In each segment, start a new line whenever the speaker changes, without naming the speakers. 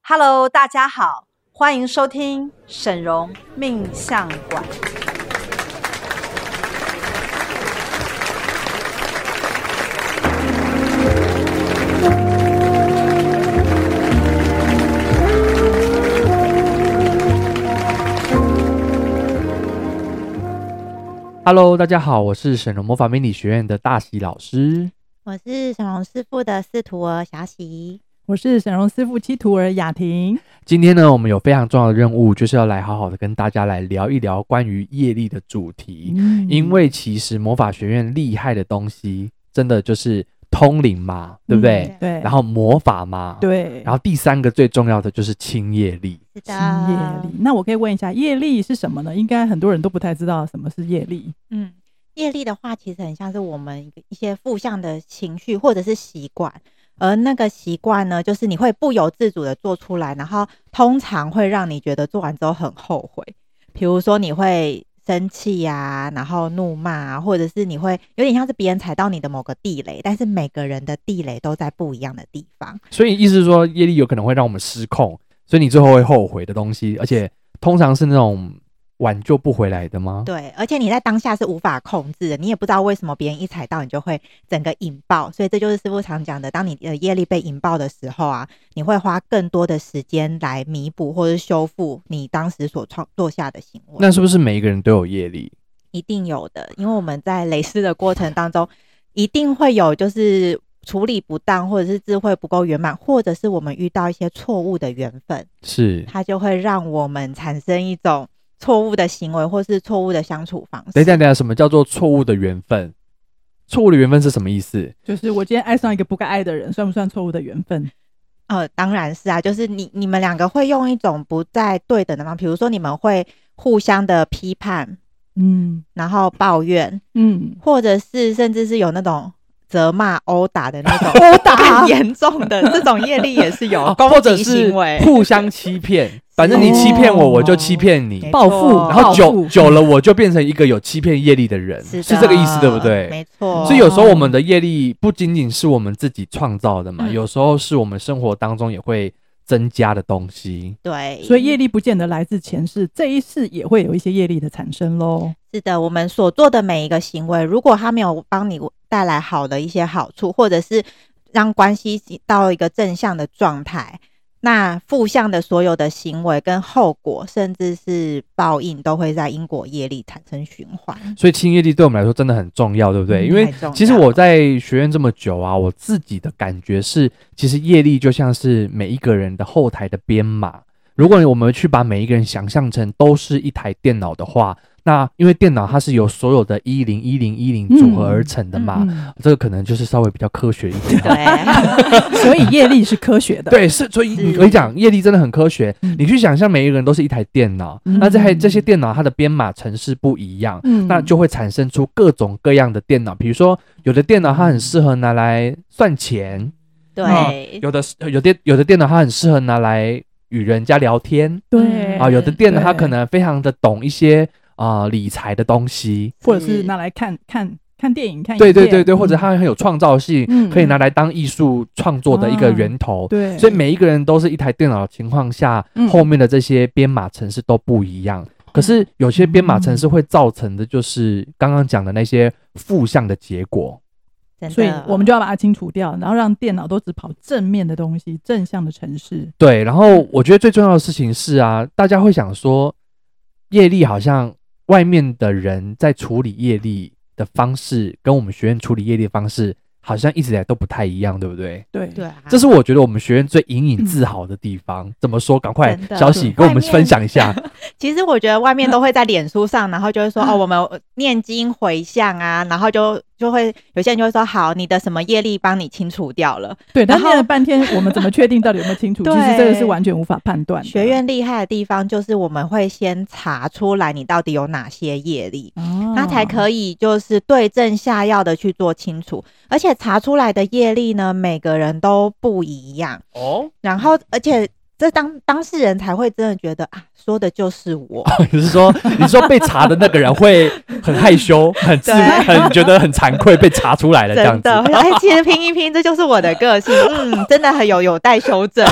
Hello，大家好，欢迎收听沈荣命相馆。
Hello，大家好，我是沈荣魔法命理学院的大喜老师。
我是小龙师傅的师徒儿小喜，
我是沈荣师傅七徒儿雅婷。
今天呢，我们有非常重要的任务，就是要来好好的跟大家来聊一聊关于业力的主题。
嗯
因为其实魔法学院厉害的东西，真的就是通灵嘛，对不对？
对
嗯对，
然后魔法嘛，。
对，
然后嗯第三个最重要的就是清业力。
是的，
是业力。那我可以问一下，业力是什么呢？应该很多人都不太知道什么是业力。
嗯，业力的话，其实很像是我们一个一些负向的情绪或者是习惯，而那个习惯呢，就是你会不由自主的做出来，然后通常会让你觉得做完之后很后悔。比如说你会生气呀、然后怒骂、啊，或者是你会有点像是别人踩到你的某个地雷，但是每个人的地雷都在不一样的地方。
所以意思是说，业力有可能会让我们失控，所以你最后会后悔的东西，而且通常是那种挽救不回来的吗？
对，而且你在当下是无法控制的，你也不知道为什么别人一踩到你就会整个引爆，所以这就是师傅常讲的，当你的业力被引爆的时候啊，你会花更多的时间来弥补或者修复你当时所创做下的行为，
那是不是每一个人都有业力？
一定有的，因为我们在累世的过程当中，一定会有就是处理不当，或者是智慧不够圆满，或者是我们遇到一些错误的缘分，
是。
它就会让我们产生一种错误的行为，或是错误的相处方式。
等一下，等一下，什么叫做错误的缘分？错误的缘分是什么意思？
就是我今天爱上一个不该爱的人，算不算错误的缘分？
呃，当然是啊，就是你你们两个会用一种不再对等的方，比如说你们会互相的批判，
嗯
然后抱怨，
嗯，
或者是甚至是有那种责骂、殴打 的那种殴打很严重的这种业力也是有
哦或
攻
者
击
是
行为，
互相欺骗，反正你欺骗我，
哦
我就欺骗你
没，
报复
错
然后
报
久
复
久了，我就变成一个有欺骗业力的人，是
的
这个意思，对不对？
没错，
所以有时候我们的业力不仅仅是我们自己创造的嘛，
嗯
有时候是我们生活当中也会增加的东西。
对，
所以业力不见得来自前世，这一世也会有一些业力的产生喽。
是的，我们所做的每一个行为，如果它没有帮你带来好的一些好处，或者是让关系到一个正向的状态，那负向的所有的行为跟后果，甚至是报应，都会在因果业力产生循环。
所以清业力对我们来说真的很重要，对不对？
嗯
因为
太重要
其实我在学院这么久啊，我自己的感觉是，其实业力就像是每一个人的后台的编码。如果我们去把每一个人想象成都是一台电脑的话，那因为电脑它是由所有的一零一零一零组合而成的嘛，
嗯，
这个可能就是稍微比较科学一点啊。
对，
所以业力是科学 的。
对，是，所以你我跟你讲，业力真的很科学。
嗯
你去想象每一个人都是一台电脑，
嗯
那这台这些电脑它的编码程式不一样，
嗯
那就会产生出各种各样的电脑。比如说，有的电脑它很适合拿来算钱，
对，
有的有的有的电脑它很适合拿来与人家聊天
对
啊，有的电脑它
对
可能非常的懂一些啊、理财的东西。
或者是拿来看看看电影、看
对
影
对
片
对对，或者
嗯
它很有创造性，
嗯
可以拿来当艺术创作的一个
啊
源头。
对，
所以每一个人都是一台电脑的情况下，
嗯哦
后面的这些编码程式都不一样。可是有些编码
嗯
程式会造成的就是刚刚讲的那些负向的结果。
真的
所以我们就要把它清除掉，然后让电脑都只跑正面的东西、正向的城市。
对，然后我觉得最重要的事情是啊，大家会想说，业力好像外面的人在处理业力的方式，跟我们学院处理业力的方式好像一直以来都不太一样，对不对？
对
对啊，
这是我觉得我们学院最引以自豪的地方。怎么说？赶快
真，的
小喜跟我们
外面
分享一 下。
其实我觉得外面都会在脸书上，然后就会 说哦，我们念经回向啊，然后就就会有些人就会说好，你的什么业力帮你清除掉了。
对，但
然后
念了半天，我们怎么确定到底有没有 清楚？
对
其实这个是完全无法判断的。
学院厉害的地方就是我们会先查出来你到底有哪些业力，
嗯
哦，
那才可以就是对症下药的去做清楚。而且查出来的业力呢，每个人都不一样，
哦，
然后而且这当当事人才会真的觉得啊，说的就是我。
你是说，你说被查的那个人会很害羞、很自、
对
很觉得很惭愧，被查出来了这样
真
子
的，。哎，其实拼一拼，这就是我的个性，嗯，真的很有有待修正。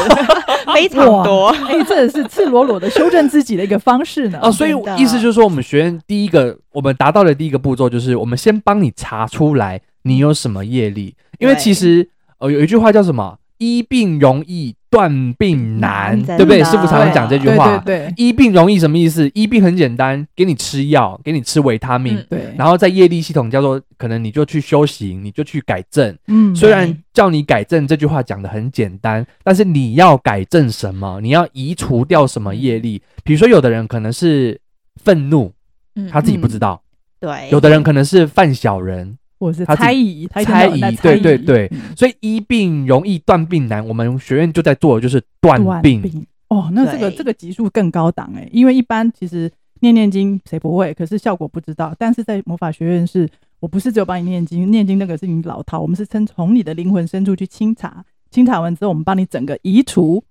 非常多。
哎、这也是赤裸裸的修正自己的一个方式呢。
哦，所以
真的
意思就是说，我们学院第一个我们达到的第一个步骤就是，我们先帮你查出来你有什么业力，因为
对
其实呃有一句话叫什么“医病容易，断病难”，对
难
不对？
真的
师傅常常讲这句
对
话
对。对
医病容易什么意思？医病很简单，给你吃药，给你吃维他命，
嗯
对，
然后在业力系统叫做可能你就去修行，你就去改正。
嗯
虽然叫你改正这句话讲的很简单，但是你要改正什么？你要移除掉什么业力？
嗯
比如说，有的人可能是愤怒，
嗯
他自己不知道；
对，
有的人可能是犯小人，
我是
他自己
猜疑，嗯他一天
猜
到晚在
疑
猜
对对
疑
对
嗯
所以医病容易断病难。我们学院就在做的就是断
断
病，
哦，那这个
对
这个级数更高档哎、因为一般其实念念经谁不会，可是效果不知道。但是在魔法学院是，我不是只有帮你念经，念经那个是你老套，我们是从从你的灵魂深处去清查，清查完之后我们帮你整个移除，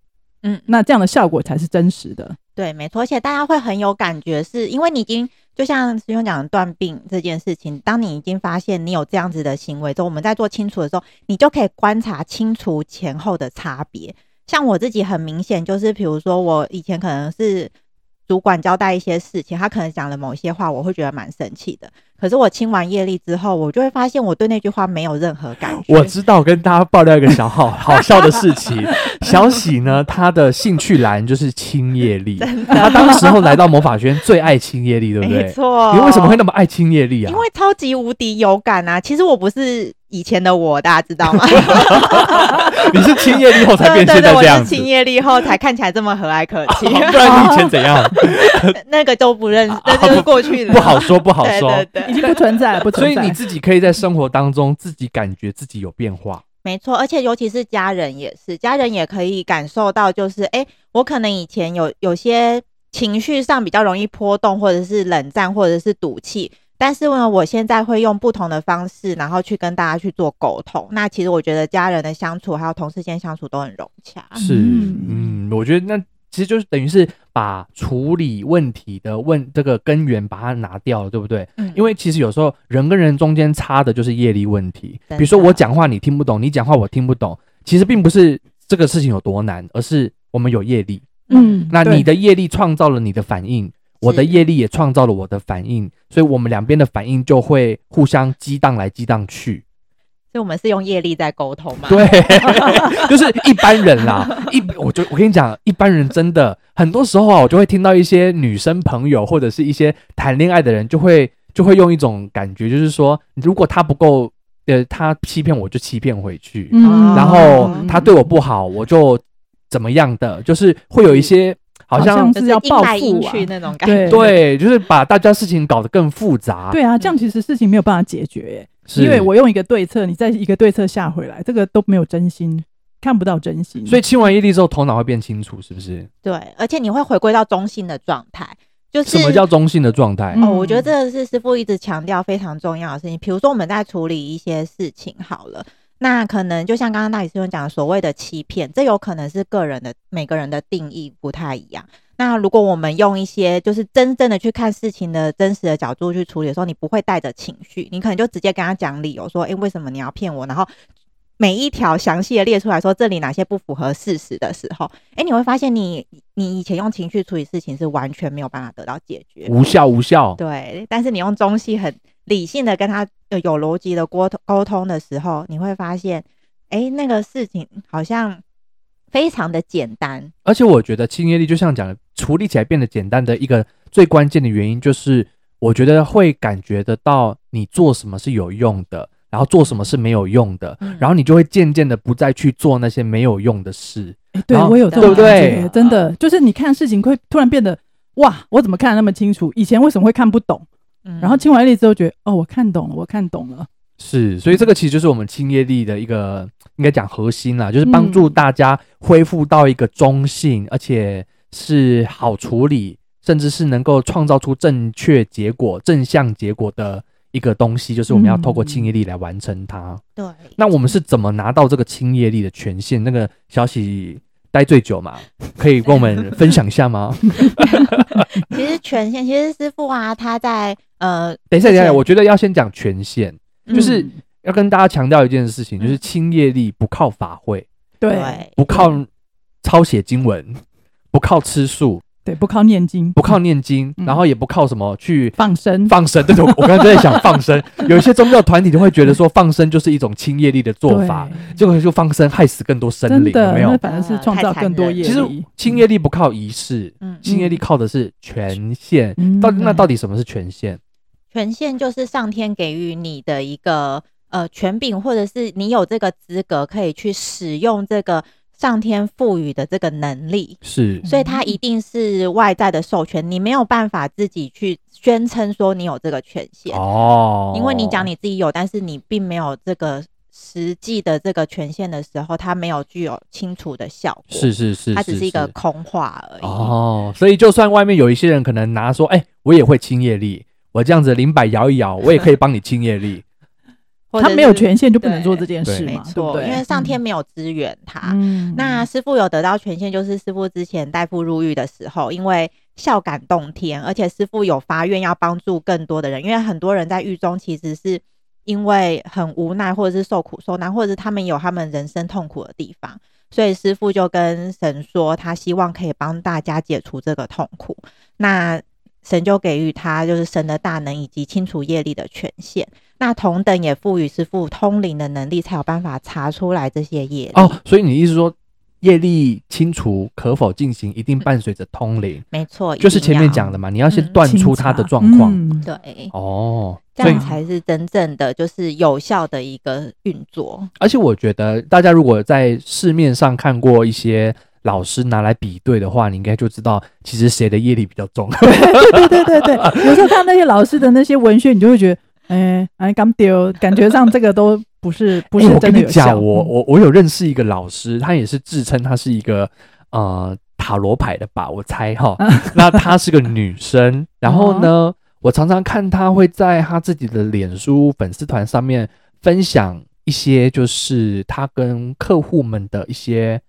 嗯，
那这样的效果才是真实的。
对，没错，而且大家会很有感觉是，因为你已经就像师兄讲的断病这件事情，当你已经发现你有这样子的行为之后，我们在做清除的时候，你就可以观察清除前后的差别。像我自己很明显就是，比如说我以前可能是主管交代一些事情，他可能讲了某一些话，我会觉得蛮生气的。可是我清完业力之后，我就会发现我对那句话没有任何感觉。
我知道，跟大家爆料一个小 好好笑的事情。小喜呢，她的兴趣栏就是清业 力。她当时候来到魔法学院，最爱清业力，对不
没
对？
错，
你为什么会那么爱清业力啊？
哦因为超级无敌有感啊！其实我不是以前的我，大家知道吗？
你是清业力后才变现在这
对对对，我
样
是
子，哦
清业力后才看起来这么和蔼可 亲，
不然你以前怎 样？
那个都不认识，那就是过去的，
不好说， 不好
对
说
对。
已
对，
经不存 在了，不
所
存
以
在。
你自己可以在生活当中自己感觉自己有变化，
没错。而且尤其是家人也是，家人也可以感受到，就是哎、诶我可能以前有有些情绪上比较容易波动，或者是冷战，或者是赌气。但是呢，我现在会用不同的方式，然后去跟大家去做沟通。那其实我觉得家人的相处还有同事间相处都很融洽。
是嗯，我觉得那其实就是等于是把处理问题的问这个根源把它拿掉了，对不对？
嗯
因为其实有时候人跟人中间差的就是业力问题，比
真
如说
的
我讲话你听不懂，你讲话我听不懂，其实并不是这个事情有多难，而是我们有业力，
嗯，
那
对
你的业力创造了你的反应，我的业力也创造了我的反应，所以我们两边的反应就会互相激荡来激荡去。
所以我们是用业力在沟通嘛？
对， 就是一般人啦，一我就我跟你讲，一般人真的很多时候啊，我就会听到一些女生朋友或者是一些谈恋爱的人，就会就会用一种感觉，就是说，如果他不够，呃，他欺骗我就欺骗回去，
嗯
啊然后
嗯
他对我不好，我就怎么样的，就是会有一些好
好
像
像
就是
要
阴
报
来阴
复啊
去那种感觉。
对
对，就是把大家事情搞得更复杂。
对啊，这样其实事情没有办法解决、欸
是
因为我用一个对策，你在一个对策下回来，这个都没有真心，看不到真心。
所以清完业力之后，头脑会变清楚，是不是？
对，而且你会回归到中性的状态，就是
什么叫中性的状态？
嗯
哦？我觉得这个是师傅一直强调非常重要的事情。比如说我们在处理一些事情好了，那可能就像刚刚大理师兄讲的所谓的欺骗，这有可能是个人的每个人的定义不太一样。那如果我们用一些就是真正的去看事情的真实的角度去处理的时候，你不会带着情绪，你可能就直接跟他讲理由，说：“诶，为什么你要骗我？”然后每一条详细的列出来说这里哪些不符合事实的时候，诶，你会发现你你以前用情绪处理事情是完全没有办法得到解决。
无效，无效。
对，但是你用中性很理性的跟他呃有逻辑的沟通沟通的时候，你会发现，诶，那个事情好像非常的简单。
而且我觉得清业力就像讲的，处理起来变得简单的一个最关键的原因，就是我觉得会感觉得到你做什么是有用的，然后做什么是没有用的，
嗯
然后你就会渐渐的不再去做那些没有用的事。
欸对
然后
我有这
对
种
不
感觉，
对
真
嗯
的就是你看事情会突然变得哇，我怎么看得那么清楚？以前为什么会看不懂？
嗯
然后清完力之后觉得哦，我看懂了，我看懂了。
是，所以这个其实就是我们清业力的一个应该讲核心啦，就是帮助
嗯
大家恢复到一个中性，而且是好处理，甚至是能够创造出正确结果、正向结果的一个东西，就是我们要透过清业力来完成它。
对，
那我们是怎么拿到这个清业力的权限？那个小喜待最久嘛，可以跟我们分享一下吗？
其实权限，其实师傅啊，他在呃，
等一下，等
之
一
前
下，我觉得要先讲权限，就是
嗯
要跟大家强调一件事情，就是清业力不靠法会，
对
对
不靠抄写经文，不靠吃素，
对，不靠念经，
不靠念经，
嗯
然后也不靠什么去
放生，
放生。 对，我我刚才在想放 生，有一些宗教团体就会觉得说放生就是一种清业力的做法，
对
结果就放生害死更多生
真
灵，有呃
的，
没
那
有？
反而是
啊
创
太
造
残
更多
忍
业力。
其实清业力不靠仪式，
嗯，
清业力靠的是权限。
嗯
到底那到底什么是权限？
权限就是上天给予你的一个呃权柄，或者是你有这个资格可以去使用这个上天赋予的这个能力，
是
所以
嗯
它一定是外在的授权，你没有办法自己去宣称说你有这个权限，
哦，
因为你讲你自己有，但是你并没有这个实际的这个权限的时候，它没有具有清楚的效果，
是是是，
它只是一个空话而已。
哦，所以就算外面有一些人可能拿说，哎、我也会清业力，我这样子灵摆摇一摇，我也可以帮你清业 力。
或者
他
是
没有权限就不能做这件
对
事
没
嘛，对不
错，
对？
因为上天没有支援它。
嗯，
那师傅有得到权限，就是师傅之前代父入狱的时候，因为孝感动天，而且师傅有发愿要帮助更多的人，因为很多人在狱中其实是因为很无奈，或者是受苦受难，或者是他们有他们人生痛苦的地方，所以师傅就跟神说，他希望可以帮大家解除这个痛苦。那神就给予他就是神的大能以及清除业力的权限，那同等也赋予师傅通灵的能力，才有办法查出来这些业力。
哦，所以你意思说，业力清除可否进行，一定伴随着通灵，
没错，一
就是
定
前面
要
讲的，嘛，你要先
嗯
断
清
出他的
查
状况。
嗯
对，
哦，
这
所以
样才是真正的就是有效的一个运作。
而且我觉得大家如果在市面上看过一些。老师拿来比对的话，你应该就知道，其实谁的业力比较重。
对对对对，有时候看那些老师的那些文学，你就会觉得，哎，哎，刚丢，感觉上这个都不是不
不
是
哎我跟
真的
你
有效。嗯
讲，我我我有认识一个老师，他也是自称他是一个呃塔罗牌的吧，我猜哈。
嗯
那她是个女生，然后
哦
呢，我常常看她会在她自己的脸书粉丝团上面分享一些就是她跟客户们的一些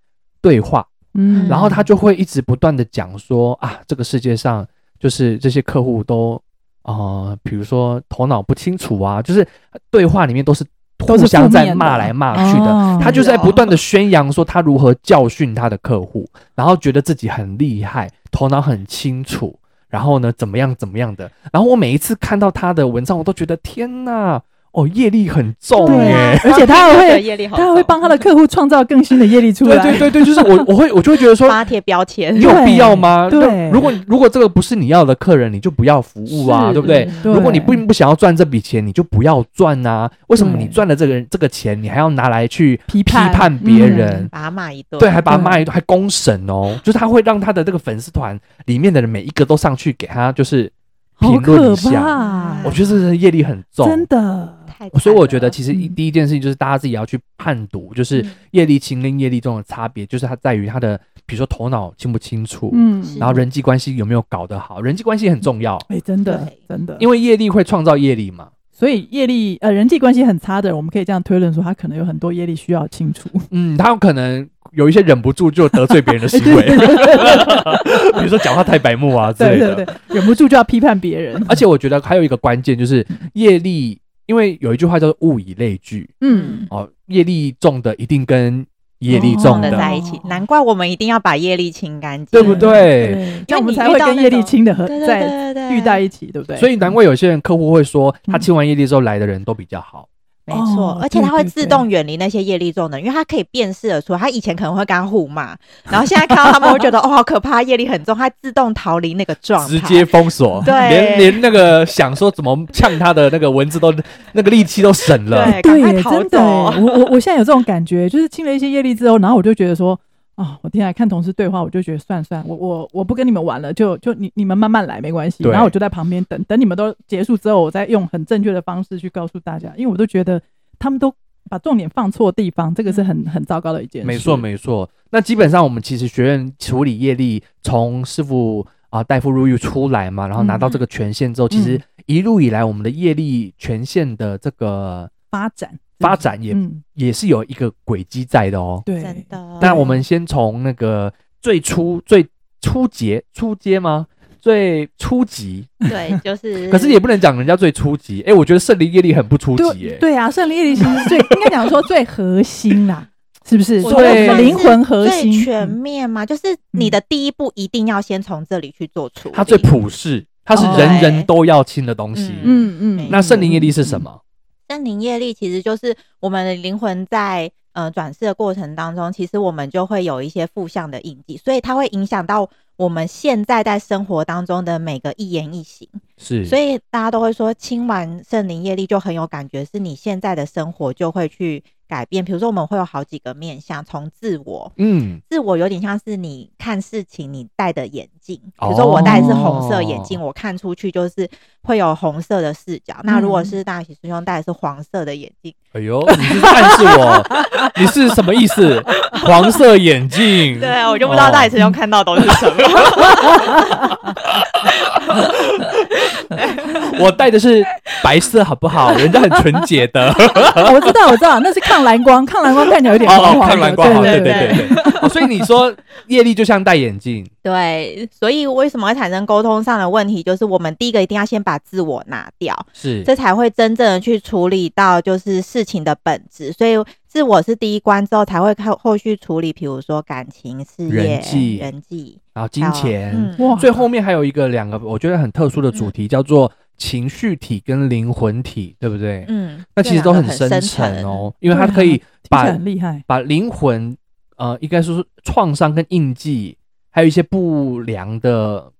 对话，
嗯，
然后他就会一直不断的讲说啊，这个世界上就是这些客户都呃，比如说头脑不清楚啊，就是对话里面都是
都是
互相
负
在
面
骂
的
来骂去的。
哦
他就在不断的宣扬说他如何教训他的客户，然后觉得自己很厉害，头脑很清楚，然后呢怎么样怎么样的。然后我每一次看到他的文章，我都觉得天呐，哦，业力很重
对
耶、
啊，而 且他还会，
业力好
他还会帮他的客户创造更新的业力出
对
来。
对对对，就是我我会我就会觉得说
帮他贴标签
你，有必要吗？
对
那如果如果这个不是你要的客人，你就不要服务啊，
是
对不对？
对
如果你并不想要赚这笔钱，你就不要赚啊。为什么
对
你赚了这个这个钱，你还要拿来去
批
批
判
判别
嗯
人？
把他骂一顿。
对，还把他
对
骂一顿，还公审哦，就是他会让他的这个粉丝团里面的人每一个都上去给他就是
好
评论一
可
下，
怕，
我觉得这个业力很重，
真的，
太惨了
所以我觉得，其实一
嗯
第一件事情就是大家自己要去判读，就是
嗯
业力轻跟业力重的差别，就是它在于他的，比如说头脑清不清楚，
嗯，
是
然后人际关系有没有搞得好，人际关系很重要，
哎，真的
对
真的，
因为业力会创造业力嘛。
所以业力呃人际关系很差的人，我们可以这样推论说，他可能有很多业力需要清除。
嗯，他有可能有一些忍不住就得罪别人的行 为，啊比如说讲话太白目啊之类
对
的。
对对，忍不住就要批判别人。
而且我觉得还有一个关键就是业力，因为有一句话叫做物以类聚
嗯，
哦，业力重的一定跟业力
哦
重
弄
的，
得在一起，难怪我们一定要把业力清干净，
对不对？
对，这样我
嗯
们
你
才
遇
会
到
跟
那
业力
种
清的合
对？对
在
对对对，
遇在一起，对不对？
所以难怪有些人客户会说，他
嗯
清完业力之后来的人都比较好。
没错
哦，
而且
对
它会
对
自
对
动远离那些业力重的人，因为它可以辨识得出来。它以前可能会跟他互骂，然后现在看到他们会 觉得哦好可怕，业力很重，它自动逃离那个状态，
直接封锁，
对
连连那个想说怎么呛他的那个文字都那个力气都省了。
对，赶
哦对
快
耶，
逃
真的 耶，
走。
我我我现在有这种感觉，就是清了一些业力之后，然后我就觉得说，啊，我天啊，看同事对话，我就觉得算算，我我我不跟你们玩了，就就你你们慢慢来没关系。
对
然后我就在旁边等等你们都结束之后，我再用很正确的方式去告诉大家，因为我都觉得他们都把重点放错地方，这个是很很糟糕的一件事。
嗯没错，没错。那基本上我们其实学院处理业力，从师傅啊代父入狱出来嘛，然后拿到这
嗯
个权限之后，其实一路以来我们的业力权限的这个
发展
发，展也、
嗯，
也是有一个轨迹在的哦。
对，
真的。
那我们先从那个最初最初节初阶吗？最初级，
对，就是，
嗯
可是也不能讲人家最初级。哎、我觉得圣灵业力很不初级、耶。
对对啊，胜利业力其实是最应该讲说最核心啦，是不是？
我
作
觉得
为
算是
灵魂核心，
最全
嗯
面嘛，就是你的第一步一定要先从这里去做处理。
它最普世，它是人人都要亲的东西。
嗯
哦嗯
那圣灵业力是什？么？
森林业力其实就是我们的灵魂在呃转世的过程当中，其实我们就会有一些负向的印记，所以它会影响到我们现在在生活当中的每个一言一行。
是，
所以大家都会说，清完圣灵业力就很有感觉，是你现在的生活就会去改变。比如说，我们会有好几个面向，从自我，
嗯，
自我有点像是你看事情你戴的眼镜，比
哦
如说我戴的是红色眼镜，我看出去就是会有红色的视角。那
嗯
如果是大喜师兄戴的是黄色的眼镜，
哎呦，你是暗示 我，你是什么意思？黄色眼镜，哦
对啊我
就不知道大喜
师兄看到都是什么。
我戴的是白色，好不 好？人家很纯洁的。
我知道，我知道，那是抗蓝光，抗蓝光看起来有点黄
哦，
黄的，
看蓝光，好对
对对，
对对。哦所以你说业力就像戴眼镜，
对，所以为什么会产生沟通上的问题？就是我们第一个一定要先把自我拿掉，
是
这才会真正的去处理到就是事情的本质。所以自我是第一关之后，才会后后续处理，比如说感情、事业、
人际
人际
然后金钱，
还有嗯嗯
哇，
最后面还有一个两个我觉得很特殊的主题，叫做情绪体跟灵魂体，对不对？
嗯，
那其实
这
都
两个
很
很
深
沉
沉。哦，因为它可以
啊听起
把
来很厉害，
把灵魂，呃，应该说是创伤跟印记，还有一些不良的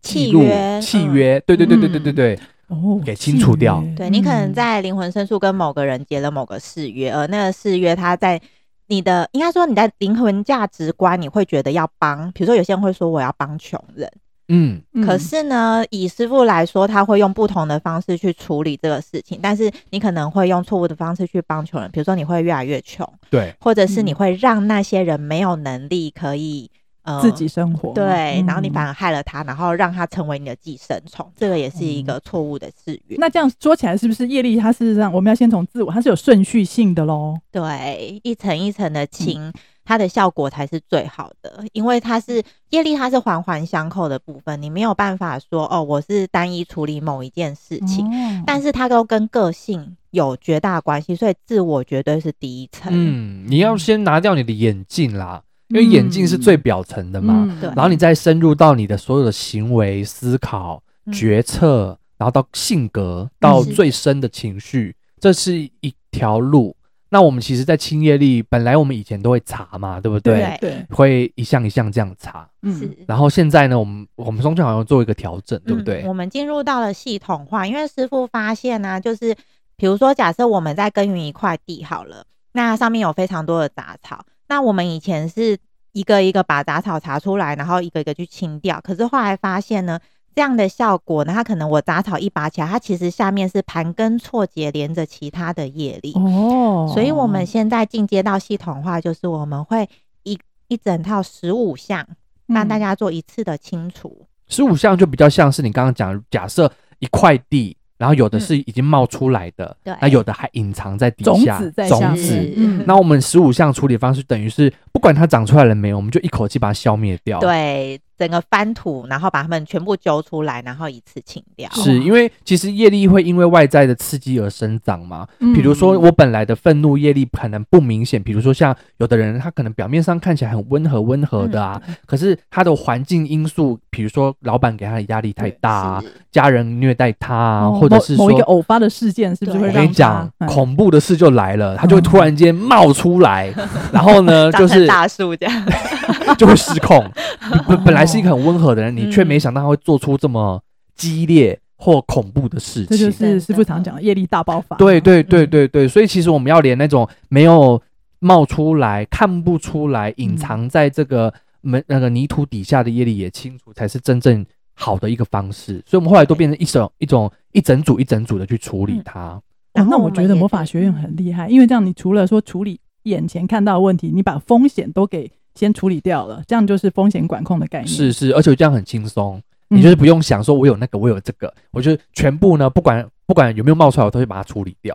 契
记录
约
契
嗯
约，对对对对对对
嗯
对，
哦，
给清除掉
是耶
对你可能
嗯
在灵魂深处跟某个人结了某个誓约，而那个誓约他在你的应该说你在灵魂价值观，你会觉得要帮，比如说有些人会说我要帮穷人，
嗯，
可是呢，以师傅来说，他会用不同的方式去处理这个事情，但是你可能会用错误的方式去帮穷人，比如说你会越来越穷，
对，
或者是
嗯
你会让那些人没有能力可以呃
自己生活嘛，
对，然后你
嗯
反而害了他，然后让他成为你的寄生虫，这个也是一个错误的誓约。
那这样说起来，是不是业力它事实上我们要先从自我，它是有顺序性的喽？
对，一层一层的清，它的效果才是最好的，因为它是业力，它是环环相扣的部分，你没有办法说哦，我是单一处理某一件事
哦
情，但是它都跟个性有绝大关系，所以自我绝对是第一层。
嗯，你要先拿掉你的眼镜啦，因为
嗯
眼镜是最表层的嘛，
嗯
对
然后你再深入到你的所有的行为、思考、
嗯
决策，然后到性格，到
是
最深的情绪，这是一条路。那我们其实，在清业力，本来我们以前都会查嘛，对不对？
对
对，
会一项一项这样查。
是
嗯，
然后现在呢，我们我们中间好像做一个调整，对不对？
嗯？我们进入到了系统化，因为师傅发现呢、就是比如说，假设我们在耕耘一块地好了，那上面有非常多的杂草，那我们以前是一个一个把杂草查出来，然后一个一个去清掉，可是后来发现呢。这样的效果呢，它可能我杂草一拔起来，它其实下面是盘根错节连着其他的叶力，
哦，
所以我们现在进阶到系统化，就是我们会一一整套十五项让
嗯
大
家
家做一次的清除，
十五项就比较像是你刚刚讲，假设一块地，然后有的
嗯
是已经冒出来的，
对
那有的还隐藏在底
种
下
子在下
种
面
子。
嗯
那我们十五项处理方式，等于是不管它长出来了没有，我们就一口气把它消灭掉。，
对，整个翻土，然后把它们全部揪出来，然后一次清掉。
是因为其实业力会因为外在的刺激而生长嘛。
嗯
比如说我本来的愤怒业力可能不明显，比如说像有的人他可能表面上看起来很温和温和的啊，
嗯
可是他的环境因素，比如说老板给他的压力太大啊，
是
家人虐待他啊，
哦
或者是
某
说
某一个偶发的事件，是不是
对
会
我
让
跟你讲，
他嗯
恐怖的事就来了，它就会突然间冒出来， 然后呢，
长
就
成
是
大树这样，
就会失控。你 本本来是一个很温和的人，
嗯
你却没想到他会做出这么激烈或恐怖的事
这就
情。
是师傅常讲的业力大爆发。
对对对对对，所以其实我们要连那种没有冒出来、看不出来、隐藏在这个门那个泥土底下的业力也清除，才是真正好的一个方式。所以我们后来都变成一种一种一整组一整组的去处理
嗯
它。
哦，
然
那
后
我
们
觉得
也
魔
可
法
以嗯
学院很厉害，因为这样你除了说处理眼前看到的问题，你把风险都给先处理掉了，这样就是风险管控的概念。
是是，而且这样很轻松。
哎嗯，
你就是不用想说我有那个，我有这个，我就全部呢，不管不管有没有冒出来，我都会把它处理掉。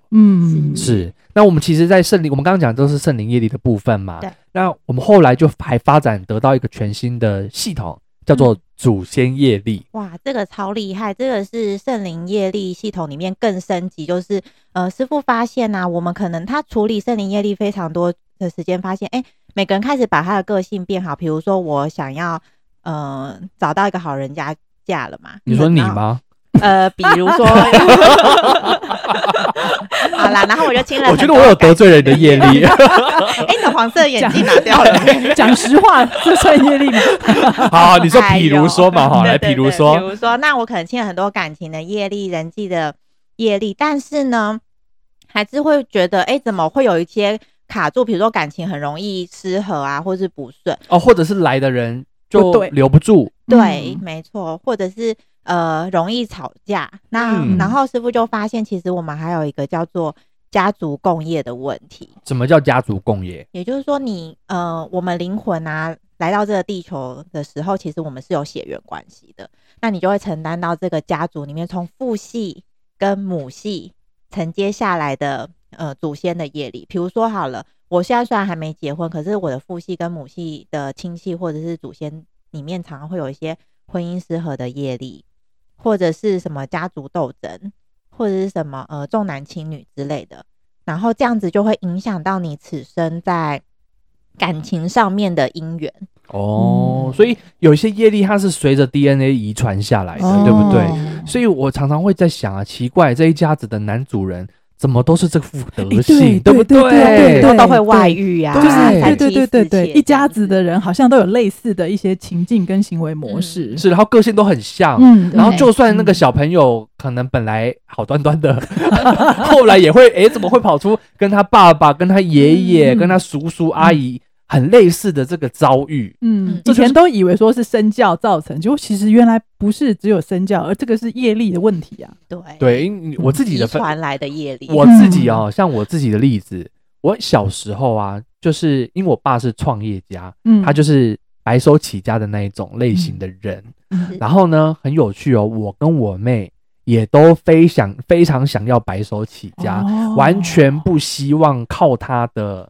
是
嗯
是，那我们其实，在圣灵，我们刚刚讲都是圣灵业力的部分嘛。
对。
那我们后来就还发展得到一个全新的系统，叫做
嗯
祖先业力。
哇，这个超厉害！这个是圣灵业力系统里啊面更升级，就是呃，师傅发现呢、我们可能他处理圣灵业力非常多的时间，发现哎，每个人开始把他的个性变好。比如说，我想要呃找到一个好人家嫁了嘛？
你说你
然后？
吗？
呃，比如 说， 好啦，然后我就亲了。
我觉得我有得，罪人的业力，
哎，你的黄色眼镜拿掉了。
讲实话， 这算业力吗？
好，你说
哎
比
呦
如说嘛，好，来，
对对
比如
对比
说，
如说，那我可能欠了很多感情的业力、人际的业力，但是呢，还是会觉得，哎，怎么会有一些卡住？比如说感情很容易失和啊，或是不顺。
哦，或者是来的人就
不对
留不住，
对，
嗯
没错，或者是呃容易吵架。那、
嗯
然后师傅就发现，其实我们还有一个叫做家族共业的问题，
什么叫家族共业？
也就是说你，呃，我们灵魂啊来到这个地球的时候，其实我们是有血缘关系的，那你就会承担到这个家族里面从父系跟母系承接下来的呃祖先的业力。比如说好了，我现在虽然还没结婚，可是我的父系跟母系的亲戚或者是祖先里面，常常会有一些婚姻失和的业力，或者是什么家族斗争，或者是什么呃重男轻女之类的。然后这样子就会影响到你此生在感情上面的姻缘。
哦，
嗯
所以有一些业力它是随着 DNA 遗传下来的，
哦
对不对？所以我常常会在想啊，奇怪，这一家子的男主人怎么都是这副德
哎
性，
对
不
对对对
都
对
都会外遇啊，
就是
对
对
三妻
对对对对，
四妾
一家子
这样
的人好像都有类似的一些情境跟行为
嗯
模式。
是，然啊后个性都很像。
嗯，
然后
对
就算那个
嗯
小朋友可能本来好端端的， 后来也会哎、诶怎么会跑出跟他爸爸、跟他爷爷、
嗯
跟他叔叔阿姨很类似的这个遭遇？
嗯，
这就
以
是
前都以为说是身教造成，结果其实原来不是只有身教，而这个是业力的问题啊。
对，
对，因为我自己
遗
的分，
传来的业力，嗯
我自
嗯
己哦，像我自己的例子，我小时候啊，就是因为我爸是创业家，
嗯，
他就是白手起家的那一种类型的人。
嗯
然后呢，很有趣哦，我跟我妹也都非想非常想要白手起家，
哦
完全不希望靠他的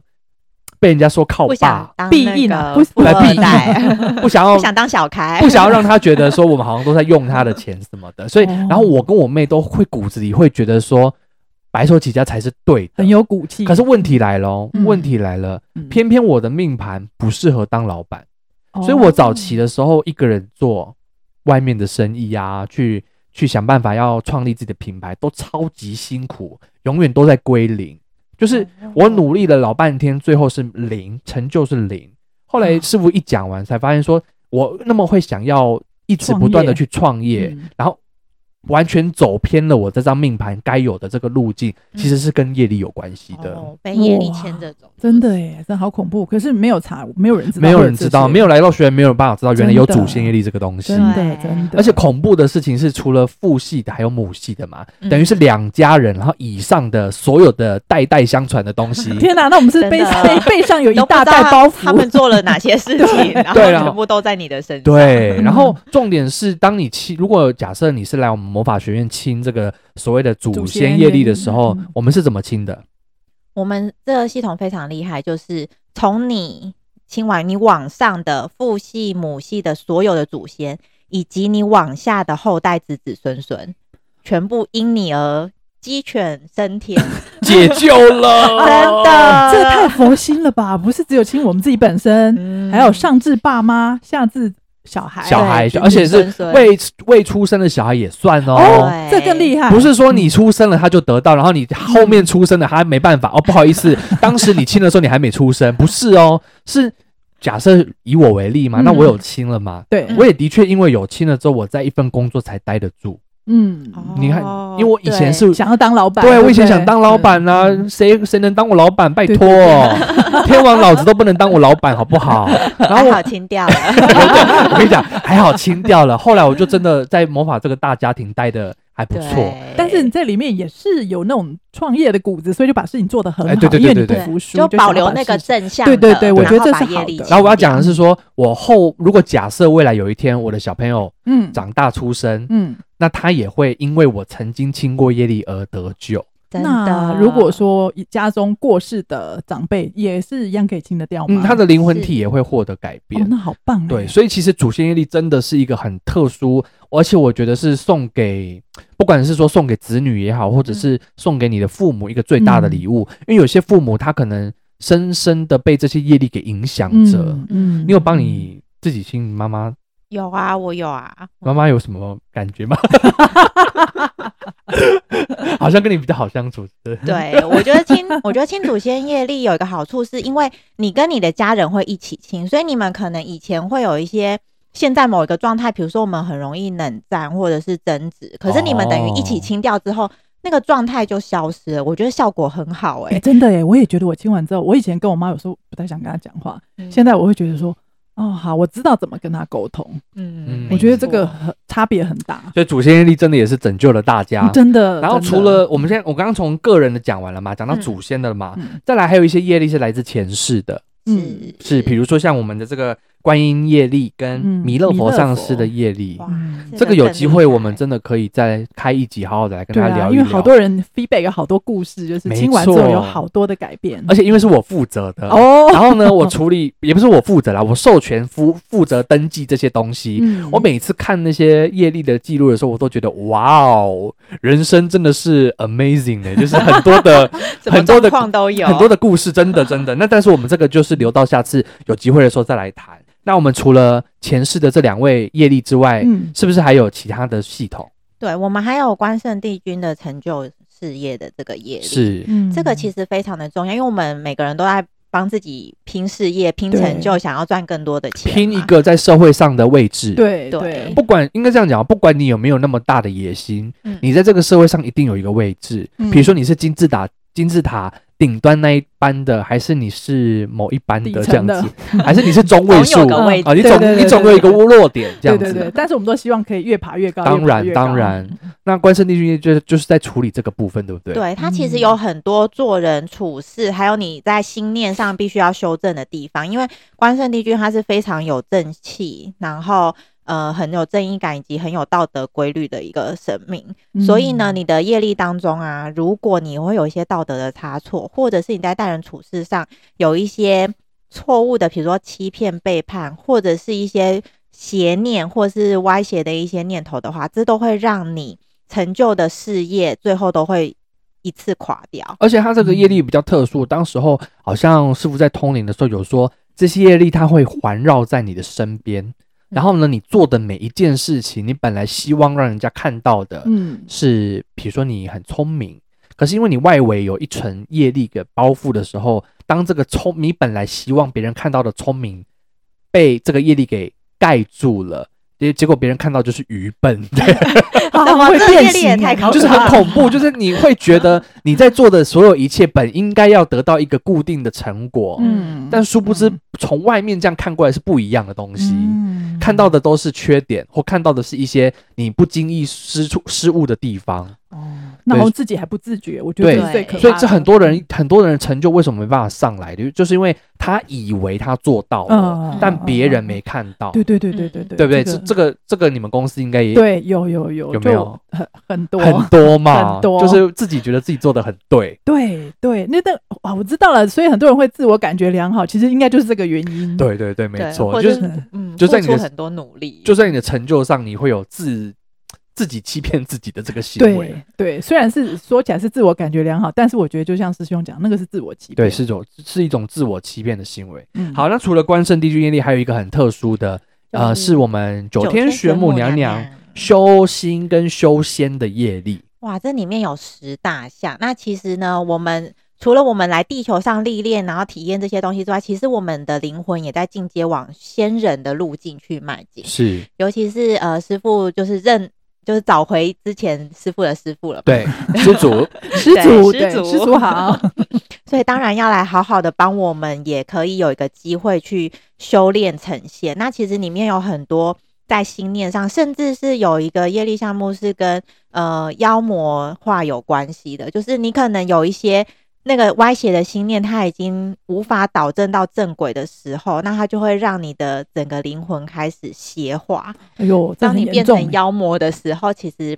被人家说靠
不想
爸，
当
必
那
应
个
啊
富
不
来
二
必应
代，
不想要
不想当小开，
不想要让他觉得说我们好像都在用他的钱什么的，所以
哦
然后我跟我妹都会骨子里会觉得说白手起家才是对的，
很有骨气。
可是问题来了，哦
嗯
问题来了，
嗯，
偏偏我的命盘不适合当老板，
哦，
所以我早期的时候一个人做外面的生意啊，去去想办法要创立自己的品牌，都超级辛苦，永远都在归零，就是
哦
我努力了老半天，最后是零，成就是零。后
嗯
来师傅一讲完，才发现说我那么会想要一直不断的去创业，
嗯
然后完全走偏了我这张命盘该有的这个路径，
嗯
其实是跟业力有关系的。
哦被业力牵着走，
真的耶，真好恐怖。可是没有查，没有人知道，
没有人知道，没有来到学员没有办法知道，原来有
真的
祖先业力这个东西
真。的
对
真的，。
而且恐怖的事情是，除了父系的，还有母系的嘛，
嗯
等于是两家人，然后以上的所有的代代相传的东西
天哪，那我们是背
真的
背背上有一
都不
大
知道
袋包袱，
他们做了哪些事情，然后
对啊
全部都在你的身上，
对，然后
嗯
重点是，当你亲，如果假设你是来我们魔法学院亲这个所谓的祖
祖
先
先
业
业
力的
力
时候
嗯，
我们是怎么亲的？
我们这个系统非常厉害，就是从你亲完你往上的父系、母系的所有的祖先，以及你往下的后代子子孙孙，全部因你而鸡犬升 天，
解救了，
真的，
这太佛心了吧？不是只有亲我们自己本身，
嗯
还有上至爸妈，下至小孩，
小孩，
对
而且是
子子孙孙
未未出生的小孩也算哦。
对
这更厉害，
不是说你出生了他就得到，然后你后面出生的他没办法哦，不好意思，当时你亲的时候你还没出生，不是哦，是假设以我为例嘛，
嗯
那我有亲了嘛，
对，
我也的确因为有亲了之后，我在一份工作才待得住。
嗯，
哦
你看，因为我以前是
想要当老板，
对，
不
我以前想当老板啊，谁谁能当我老板？拜托，天王老子都不能当我老板，好不好？然后
还
我
好清掉了，
我跟你讲，还好清掉了。后来我就真的在魔法这个大家庭待的还不错。
对
但是你在里面也是有那种创业的骨子，所以就把事情做得很好，
哎对对对
因为
对
你不
对
服输，
就
想要
保留
把
那个
事情
正向的，
对对对我觉得
然后
这
把
是
业
好
力
的
清
然后我要讲
掉
的是说，我后如果假设未来有一天我的小朋友
嗯
长大出生，
嗯。
那他也会因为我曾经亲过业力而得救。
哦
真
那
的
如果说家中过世的长辈也是一样可以清得掉吗？
嗯，他的灵魂
是
体也会获得改变
哦，。那好棒哎，
对，所以其实祖先业力真的是一个很特殊，而且我觉得是送给，不管是说送
嗯
给子女也好，或者是送给你的父母一个最大的礼物，因为有些父母他可能深深的被这些业力给影响着。
嗯
你有帮你自己亲妈妈，
有啊，我有啊，
妈妈有什么感觉吗？ 好像跟你比较好相处，对。
对，我觉得亲， 我觉得亲祖先业力有一个好处，是因为你跟你的家人会一起亲，所以你们可能以前会有一些现在某一个状态，比如说我们很容易冷战或者是争执，可是你们等于一起亲掉之后，那个状态就消失了。我觉得效果很好、
哎、
欸，
真的耶！我也觉得我亲完之后，我以前跟我妈有时候不太想跟她讲话，
嗯
现在我会觉得说，哦，好，我知道怎么跟她沟通。
嗯
没
我觉得这个
没错
很差别很大，
所以祖先业力真的也是拯救了大家。
嗯真的。
啊然后
真
除
的
了我们现在，我刚刚从个人的讲完了嘛，讲到祖先的了嘛，
嗯
再来还有一些业力是来自前世的，
嗯
是比如说像我们的这个观音业力跟
嗯
弥勒
弥
佛
勒
上
佛
师的业力。
哇
嗯
这个有
更
机
厉
会，我
害
们真的可以再开一集，好好的来跟
对
大家
啊，
聊一聊。
因为好多人 feedback 有好多故事，就是
没
听完之后
错
有好多的改变。
而且因为是我负责的，
哦，
然后呢，我处 理也不是我负责啦，我授权负负责登记这些东西。
嗯
我每次看那些业力的记录的时候，我都觉得哇哦，人生真的是 amazing 的、就是很多 的
什么
很多的
状况都有，
很多的故事，真的真的。那但是我们这个就是留到下次有机会的时候再来谈。那我们除了前世的这两位业力之外，
嗯
是不是还有其他的系统？
对我们还有关圣帝君的成就事业的这个业力，
是，
嗯
这个其实非常的重要，因为我们每个人都在帮自己拼事业、拼
对
成就，想要赚更多的钱嘛，
拼一个在社会上的位置。。
对
对
对
不管应该这样讲，不管你有没有那么大的野心，
嗯
你在这个社会上一定有一个位置。
嗯
比如说你是金字塔金字塔顶端那一班的，还是你是某一班的
底
这样
层的
子， 还是你是中位数
总有个位置
啊？你
对对
总
对
你
对
总有一个落点这
对
样
对对
子。，
但是我们都希望可以越爬越高。
当
越爬
然
越高
当，然，那关圣帝君就是就是在处理这个部分，对不对？。
对，它其实有很多做人处事，还有你在心念上必须要修正的地方。因为关圣帝君他是非常有正气，然后呃很有正义感以及很有道德规律的一个神明。所以呢，
嗯
你的业力当中啊，如果你会有一些道德的差错，或者是你在待人处事上有一些错误的，比如说欺骗、背叛，或者是一些邪念或是歪斜的一些念头的话，这都会让你成就的事业最后都会一次垮掉。
而且他这个业力比较特殊，当时候好像师傅在通灵的时候有说，这些业力它会环绕在你的身边。然后呢，你做的每一件事情，你本来希望让人家看到的，
嗯
是比如说你很聪明，可是因为你外围有一层业力给包覆的时候，当这个聪你本来希望别人看到的聪明被这个业力给盖住了，结结果别人看到就是愚笨，对，
啊
怎么
会
这
变
业力也
形
太
啊
高
就是很恐怖，就是你会觉得你在做的所有一切本应该要得到一个固定的成果，
嗯
但殊不知
嗯
从外面这样看过来是不一样的东西。
嗯
看到的都是缺点，或看到的是一些你不经意失出失误的地方。
然
对
后自己还不自觉，我觉得
对
这是最可怕的。
所以这很多
嗯
人很多人成就为什么没办法上来的，就是因为他以为他做到了，
嗯，嗯
但别人没。看到，
嗯对对对对对
嗯
对，
对不对？这这
个
个这个你们公司应该也
对有有
有
有就
没有
很很多
很多嘛，
很多
就是自己觉得自己做的很对。
对对，那但啊，我知道了，所以很多人会自我感觉良好，其实应该就是这个原因。
对对对，没
对，
错，
或
就
者
是
嗯，
就在
付
你的
出很多努力，
就在你的成就上，你会有自自己欺骗自己的这个行为
对。对，虽然是说起来是自我感觉良好，但是我觉得就像师兄讲，那个是自我欺
对，
骗。
是一种是一种自我欺骗的行为。
嗯，
好，那除了关圣帝君业力，还有一个很特殊的，呃，
就是
是我们九天玄母娘娘
娘
修心跟修仙的业力。
哇，这里面有十大项。那其实呢，我们除了我们来地球上历练，然后体验这些东西之外，其实我们的灵魂也在进阶往仙人的路径去迈进。
是，
尤其是呃，师傅就是认，就是找回之前师傅的师傅了。，
对， 知足，
师
对
祖，
师
对
祖
师祖好，
所以当然要来好好的帮我们，也可以有一个机会去修炼成仙。那其实里面有很多。在心念上，甚至是有一个业力项目是跟呃妖魔化有关系的，就是你可能有一些那个歪斜的心念，它已经无法导正到正轨的时候，那它就会让你的整个灵魂开始邪化。
哎呦，这
当
很
你
严
变
重
成妖魔的时候，其实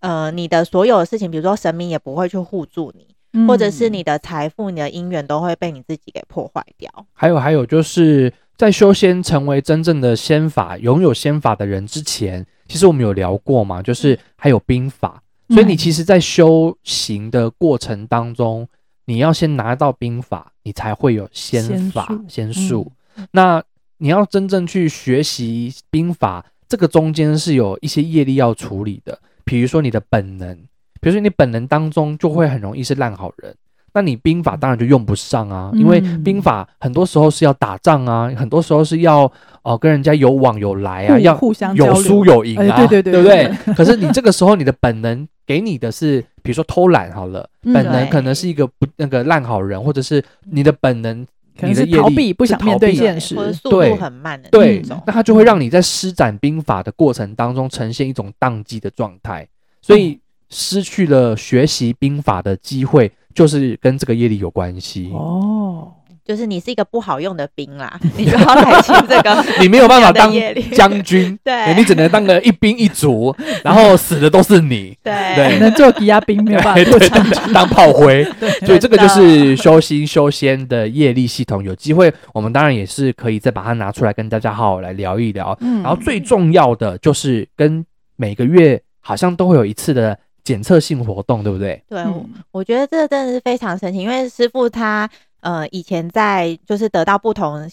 呃，你的所有的事情，比如说神明也不会去护住你，
欸，
或者是
嗯
你的财富、你的姻缘都会被你自己给破坏掉。
还有还有就是在修仙成为真正的仙法、拥有仙法的人之前，其实我们有聊过嘛，就是还有兵法，所以你
嗯
其实，在修行的过程当中，你要先拿到兵法，你才会有先法先
先术嗯
术。那你要真正去学习兵法，这个中间是有一些业力要处理的，比如说你的本能，比如说你本能当中就会很容易是烂好人。那你兵法当然就用不上啊，因为
嗯
兵法很多时候是要打仗啊，很多时候是要哦、呃跟人家有往有来啊，
互
要
互相
有
交流
输有赢啊，
哎对
对
对对
不对？可是你这个时候，你的本能给你的是，比如说偷懒好了，
嗯
本能
对
可能是一个不那个烂好人，或者是你的本能，
可
你
能
的
是
业
逃
力
避，不
是
想
逃
面对
避
现实
或。者速
对
度很慢的
对
那种，
那它就会让你在施展兵法的过程当中呈现一种宕机的状态，所
哦
以失去了学习兵法的机会，就是跟这个业力有关系。
哦，
就是你是一个不好用的兵啦，你就要来清这 个
你没有办法
这
当
样 的业力
将军，
对
你只能当个一兵一 卒，然后死的都是你。对
对
可能做抵押兵没有办法
对
做
对
长
对 当炮 灰。所以这个就
真
是修心修仙的业力系统。有机会，我们当然也是可以再把它拿出来跟大家好好来聊一聊。
嗯
然后最重要的就是跟每个月好像都会有一次的检测性活动，对不对？
对，我
嗯
我觉得这真的是非常神奇，因为师傅他呃以前在就是得到不同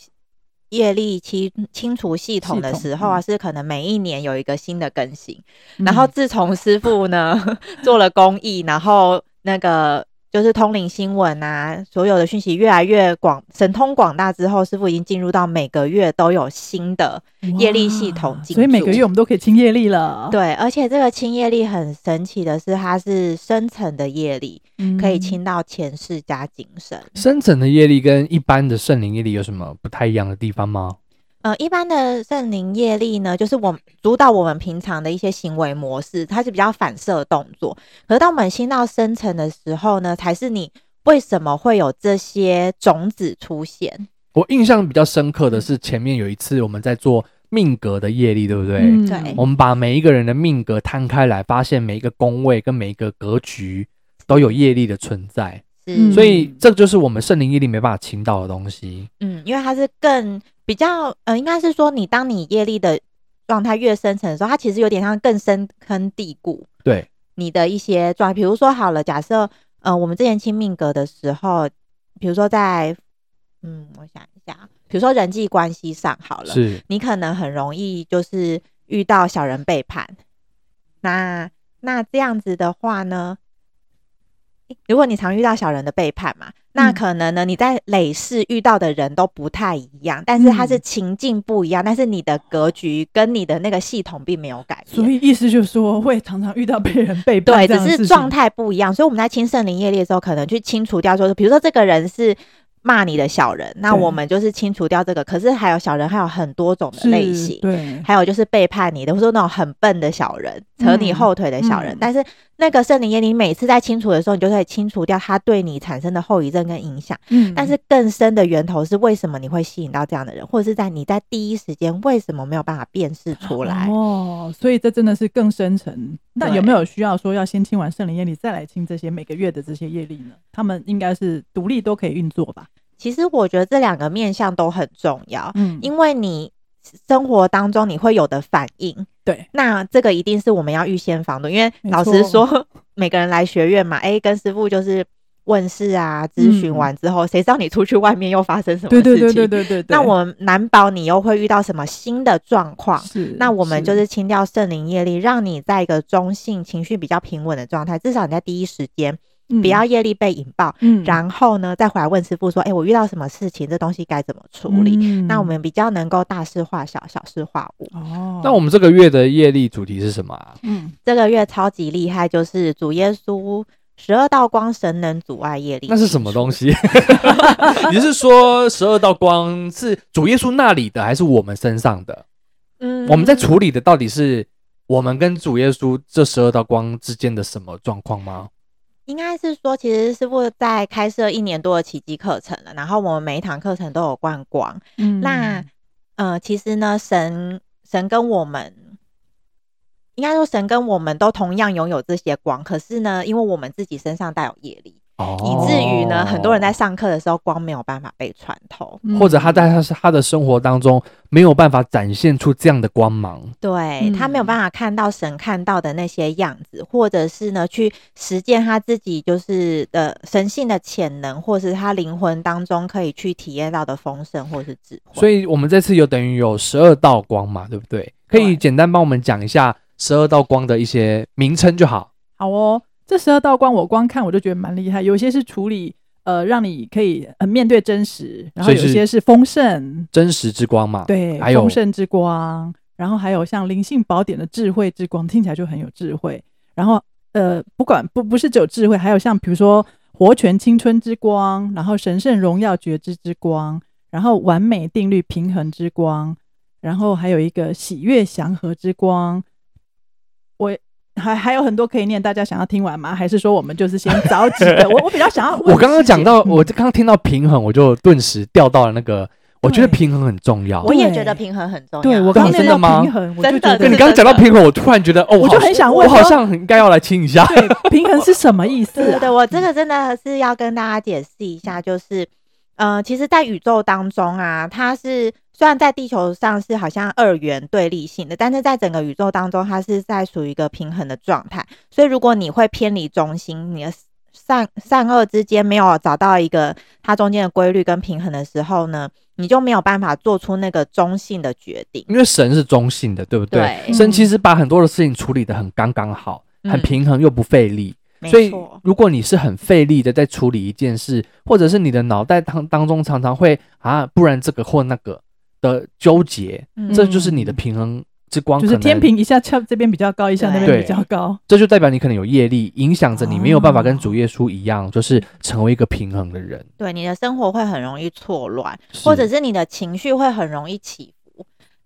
业力清清除系统
系
的
统
时候啊，
嗯
是可能每一年有一个新的更新。然后自从师傅呢 做了公益，然后那个就是通灵新闻啊，所有的讯息越来越广神通广大之后，师傅已经进入到每个月都有新的业力系统
嗯哇
进驻，
所以每个月我们都可以清业力了，
对，而且这个清业力很神奇的是，它是深层的业力，
对
可以清到前世加今生。
深层的业力跟一般的圣灵业力有什么不太一样的地方吗？
呃，一般的圣灵业力呢，就是我们主导我们平常的一些行为模式，它是比较反射动作。可是当我们心到深层的时候呢，才是你为什么会有这些种子出现。
我印象比较深刻的是前面有一次我们在做命格的业力，对不对？
嗯
对
我们把每一个人的命格摊开来，发现每一个宫位跟每一个格局都有业力的存在，
是，
嗯
所以这就是我们圣灵业力没办法请到的东西。
嗯，因为它是更比较，呃，应该是说你当你业力的状态越深层的时候，它其实有点像更深坑蒂固。
对，
你的一些状态，比如说好了，假设呃，我们之前清命格的时候，比如说在嗯，我想一下，比如说人际关系上好了，
是
你可能很容易就是遇到小人背叛，那那这样子的话呢？诶如果你常遇到小人的背叛嘛，那
嗯
可能呢，你在累世遇到的人都不太一样，但是他是
嗯
情境不一样，但是你的格局跟你的那个系统并没有改变，
所以意思就是说，会常常遇到被人背叛
对，
这样的
只
事情，
是状态不一样，所以我们在清圣灵业力的时候，可能去清除掉，说，比如说这个人是骂你的小人，那
对
我们就是清除掉这个。可是还有小人，还有很多种的
是
类型，
对，
还有就是背叛你的，或者说那种很笨的小人，扯你
嗯
后腿的小人。
嗯
但是那个圣灵业力，每次在清除的时候，你就可以清除掉他对你产生的后遗症跟影响。
嗯
但是更深的源头是为什么你会吸引到这样的人，或者是在你在第一时间为什么没有办法辨识出来？
哦，所以这真的是更深层。那
对
有没有需要说要先清完圣灵业力，再来清这些每个月的这些业力呢？他们应该是独立都可以运作吧？
其实我觉得这两个面向都很重要。
嗯
因为你生活当中你会有的反应，
对，
那这个一定是我们要预先防的。因为
没
老
错
实说， 每个人来学院嘛，哎、跟师傅就是问事啊，咨询
嗯
完之后，谁、知道你出去外面又发生什么
对
事情？
对对对对对对。
那我们难保你又会遇到什么新的状况。
是，
那我们就是清掉圣灵业力，让你在一个中性、情绪比较平稳的状态，至少你在第一时间
嗯
不要业力被引爆，
嗯
然后呢再回来问师傅说：“哎、我遇到什么事情？这东西该怎么处理？”
嗯
那我们比较能够大事化小，小事化无。
哦，
那我们这个月的业力主题是什么啊？
嗯
这个月超级厉害，就是主耶稣十二道光神能阻碍业力。
那是什么东？西？ 你是说十二道光是主耶稣那里的，还是我们身上的？
嗯
我们在处理的到底是我们跟主耶稣这十二道光之间的什么状况吗？
应该是说，其实师傅在开设一年多的奇迹课程了，然后我们每一堂课程都有灌光。
嗯
那呃，其实呢，神神跟我们。应该说，神跟我们都同样拥有这些光，可是呢，因为我们自己身上带有业力，
哦
以至于呢，很多人在上课的时候光没有办法被穿透。
嗯
嗯
或者他在他是他的生活当中没有办法展现出这样的光芒，
对他没有
嗯
办法看到神看到的那些样子，或者是呢去实践他自己就是的神性的潜能，或是他灵魂当中可以去体验到的丰盛或是智慧。
所以我们这次有等于有十二道光嘛，对不对？可以
对
简单帮我们讲一下十二道光的一些名称就好。
好哦，这十二道光我光看我就觉得蛮厉害，有些是处理呃让你可以呃面对真实，然后
所以
有
是
些是丰盛，
真实之光嘛，
对，
还有
丰盛之光，然后还有像灵性宝典的智慧之光，听起来就很有智慧。然后呃，不管不不是只有智慧，还有像比如说活泉青春之光，然后神圣荣耀觉知之光，然后完美定律平衡之光，然后还有一个喜悦祥和之光。我还还有很多可以念，大家想要听完吗？还是说我们就是先找几个？我我比较想要问师 姐，
我刚刚讲到，
嗯
我刚刚听到平衡，我就顿时掉到了那个，我觉得
对
平衡很重要
我。也觉
对
得平衡很重要。
对我
真
刚
的
刚念
真的
到
吗
平衡，我就
真
觉
的
得
对你刚刚讲到平衡，我突然觉得哦，
我就
好
很想
我
问
好
说
像很应该要来听一下。
对，平衡是什么意思、
对对
啊？
对，我这个真的是要跟大家解释一下，就是，呃，其实，在宇宙当中啊，它是虽然在地球上是好像二元对立性的，但是在整个宇宙当中，它是在属于一个平衡的状态。所以，如果你会偏离中心，你的善善恶之间没有找到一个它中间的规律跟平衡的时候呢，你就没有办法做出那个中性的决定。
因为神是中性的，对不对？
对
神其实把很多的事情处理得很刚刚好，
嗯
很平衡又不费力。
没
所以
错，，
如果你是很费力的在处理一件事，或者是你的脑袋当当中常常会啊，不然这个或那个的纠结，
嗯
这就是你的平衡之光，
就是
可能
天平一下翘这边比较高，一下那边
对
比较高。
这就代表你可能有业力，影响着你没有办法
哦
跟主耶稣一样，就是成为一个平衡的人，
对你的生活会很容易错乱。或者是你的情绪会很容易起伏。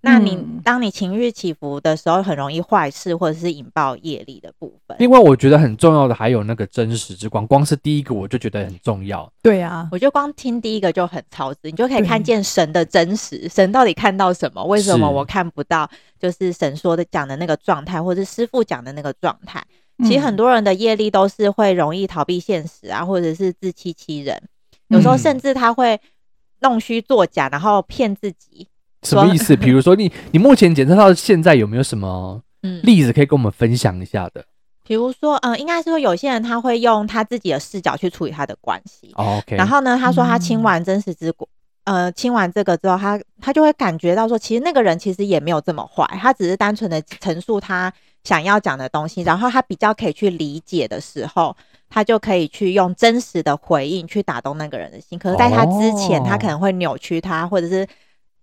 那你、
嗯
当你情绪起伏的时候，很容易坏事或者是引爆业力的部分。
另外，我觉得很重要的还有那个真实之光，光是第一个我就觉得很重要。
对啊，
我觉得光听第一个就很超值，你就可以
对
看见神的真实，神到底看到什么？为什么
是
我看不到？就是神说的讲的那个状态，或者是师傅讲的那个状态。其实很
多、
多人的业力都是会容易逃避现实啊，或者是自欺欺人，有时候
嗯
甚至他会弄虚作假，然后骗自己。
什么意思？比如说你，你目前检测到现在有没有什么
嗯，
例子可以跟我们分享一下的、
比如说，嗯、应该是说有些人他会用他自己的视角去处理他的关系，
o k
然后呢，他说他
嗯
亲完真实之果，呃，亲完这个之后，他他就会感觉到说，其实那个人其实也没有这么坏，他只是单纯的陈述他想要讲的东西，然后他比较可以去理解的时候，他就可以去用真实的回应去打动那个人的心。可是，在他之前，
哦
他可能会扭曲他，或者是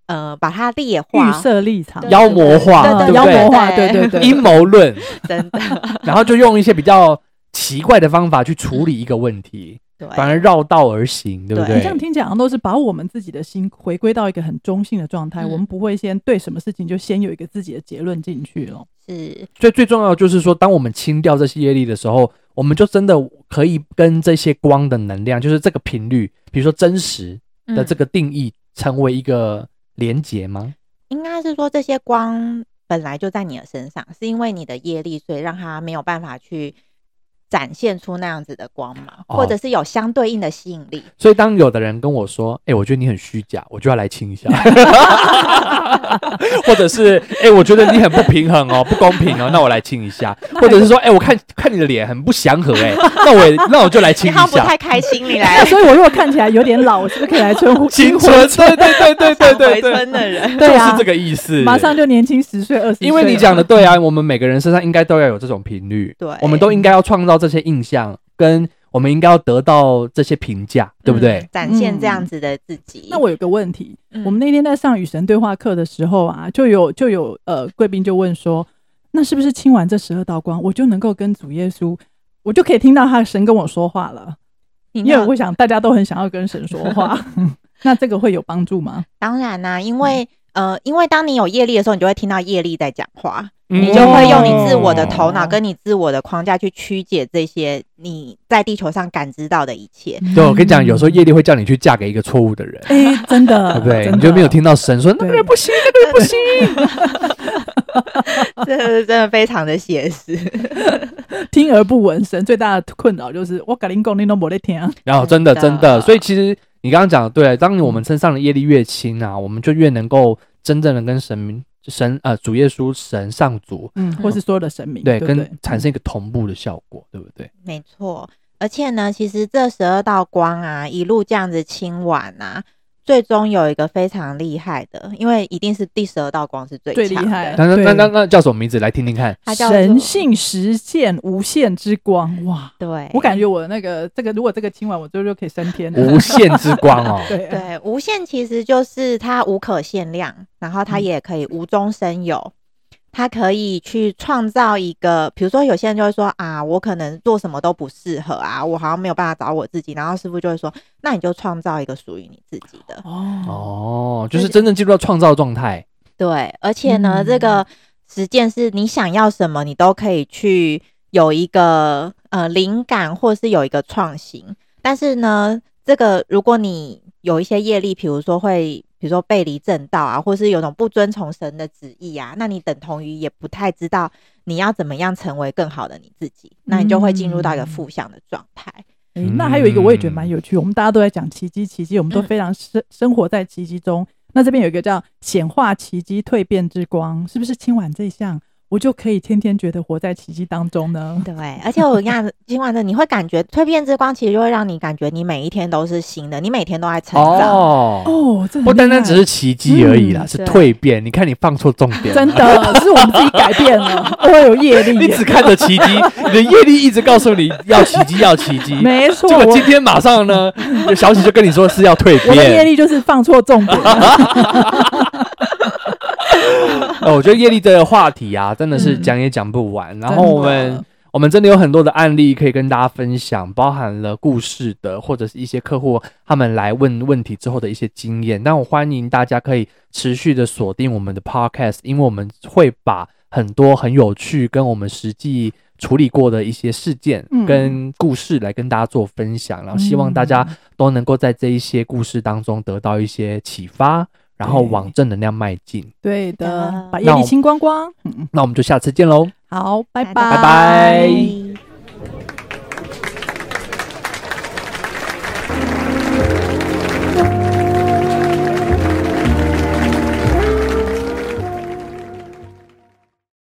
呃把他劣
预
化。
设立场，
对
妖魔化，
对
嗯
不
对对
妖
对？
魔化，对
对
对对，
阴谋论，
真的，
然后就用一些比较奇怪的方法去处理一个问题，
对，
反而绕道而行，对不
对
对？
你这样听起来好像都是把我们自己的心回归到一个很中性的状态，
嗯
我们不会先对什么事情就先有一个自己的结论进去哦了。
是
所以最重要的就是说，当我们清掉这些业力的时候，我们就真的可以跟这些光的能量，就是这个频率，比如说真实的
嗯
这个定义，成为一个连结吗？
应该是说这些光本来就在你的身上，是因为你的业力，所以让它没有办法去展现出那样子的光芒，
哦
或者是有相对应的吸引力。
所以当有的人跟我说：“哎、我觉得你很虚假，我就要来亲一下。”或者是“哎、我觉得你很不平衡哦，不公平哦，那我来亲一下。”或者是说：“哎、我看看你的脸很不祥和、哎，那我也那我就来亲
你
一
好像不
下。
太开心，你
那
来
所以，我如果看起来有点老，我是不是可以来称呼
青
新婚
春，对对对对对对
回
对，
村的人，
对啊
就是这个意思。
马上就年轻十岁、二十岁了？
因为你讲的对啊，我们每个人身上应该都要有这种频率，
对
我们都应该要创造这些印象，跟我们应该要得到这些评价，对不对
嗯？展现这样子的自己。
那我有个问题，
嗯
我们那天在上与神对话课的时候啊，就有就有呃贵宾就问说，那是不是清完这十二道光，我就能够跟主耶稣，我就可以听到他的神跟我说话了？
你
因为
那
我想大家都很想要跟神说 话，那这个会有帮助吗？
当然啦、
嗯
因为、呃，因为当你有业力的时候，你就会听到业力在讲话，
嗯
你就会用你自我的头脑
哦
跟你自我的框架去曲解这些你在地球上感知到的一切。
对，嗯我跟你讲，有时候业力会叫你去嫁给一个错误的人，
哎、真的，
对不 对？
真的
你就没有听到神说那
对
个人不行，那个人不行。
这真的非常的写实。
听而不闻神最大的困扰就是我跟你讲，你都没在听。啊
然后真的
真的
真的，所以其实你刚刚讲的对，当我们身上的业力越轻啊，我们就越能够真正的跟神明神呃主耶稣神上主
嗯，或是所有的神明，
对
对不对
跟产生一个同步的效果，对不对？
没错，而且呢，其实这十二道光啊，一路这样子清晚啊，最终有一个非常厉害的，因为一定是第十二道光是最
最厉
强的
害
那那
嗯对
那那那叫什么名字？来听听看。
它叫做
神性实现无限之光，哇！
对，
我感觉我那个这个，如果这个清完，我就就可以升天了。，
无限之光哦
对啊，
对无限其实就是它无可限量，然后它
嗯
也可以无中生有。它可以去创造一个，比如说有些人就会说啊，我可能做什么都不适合啊，我好像没有办法找我自己。然后师傅就会说，那你就创造一个属于你自己的。
哦，
哦，就是真正进入到创造状态，
对，而且呢，这个实践是你想要什么，你都可以去有一个呃灵感，或是有一个创新。但是呢，这个如果你有一些业力，比如说会，比如说背离正道啊，或是有种不遵从神的旨意啊，那你等同于也不太知道你要怎么样成为更好的你自己，那你就会进入到一个
嗯
负向的状态。
诶
嗯
哎那还有一个我也觉得蛮有趣，我们大家都在讲奇迹，奇迹，我们都非常生生活在奇迹中。那这边有一个叫显化奇迹蜕变之光，是不是清完这一项，我就可以天天觉得活在奇迹当中呢？
对，而且我跟你讲，今晚的你会感觉蜕变之光，其实就会让你感觉你每一天都是新的，你每天都在成长。
哦，
哦，这很
不单单
厉害
只是奇迹而已啦，
嗯
是蜕
对
变。你看你放错重点了，
真的，是我们自己改变了，我有业力
你
耶，
只看着 奇迹，你的业力一直告诉你要奇迹，要奇迹。
没错，
结果
我
今天马上 呢，小喜就跟你说是要蜕
我的业
变。
力就是放错重点了，
呃，我觉得业力这个话题啊，真的是讲也讲不完。然后我
嗯真
们
的
我们真的有很多的案例可以跟大家分享，包含了故事的，或者是一些客户他们来问问题之后的一些经验。但我欢迎大家可以持续的锁定我们的 podcast，因为我们会把很多很有趣跟我们实际处理过的一些事件
嗯
跟故事来跟大家做分享，然后希望大家
嗯
都能够在这一些故事当中得到一些启发，然后
对
往正能量迈进。
对的
啊，
把
那
业
我
力清光光。嗯嗯，
那我们就下次见喽。
好，拜
拜
拜
拜拜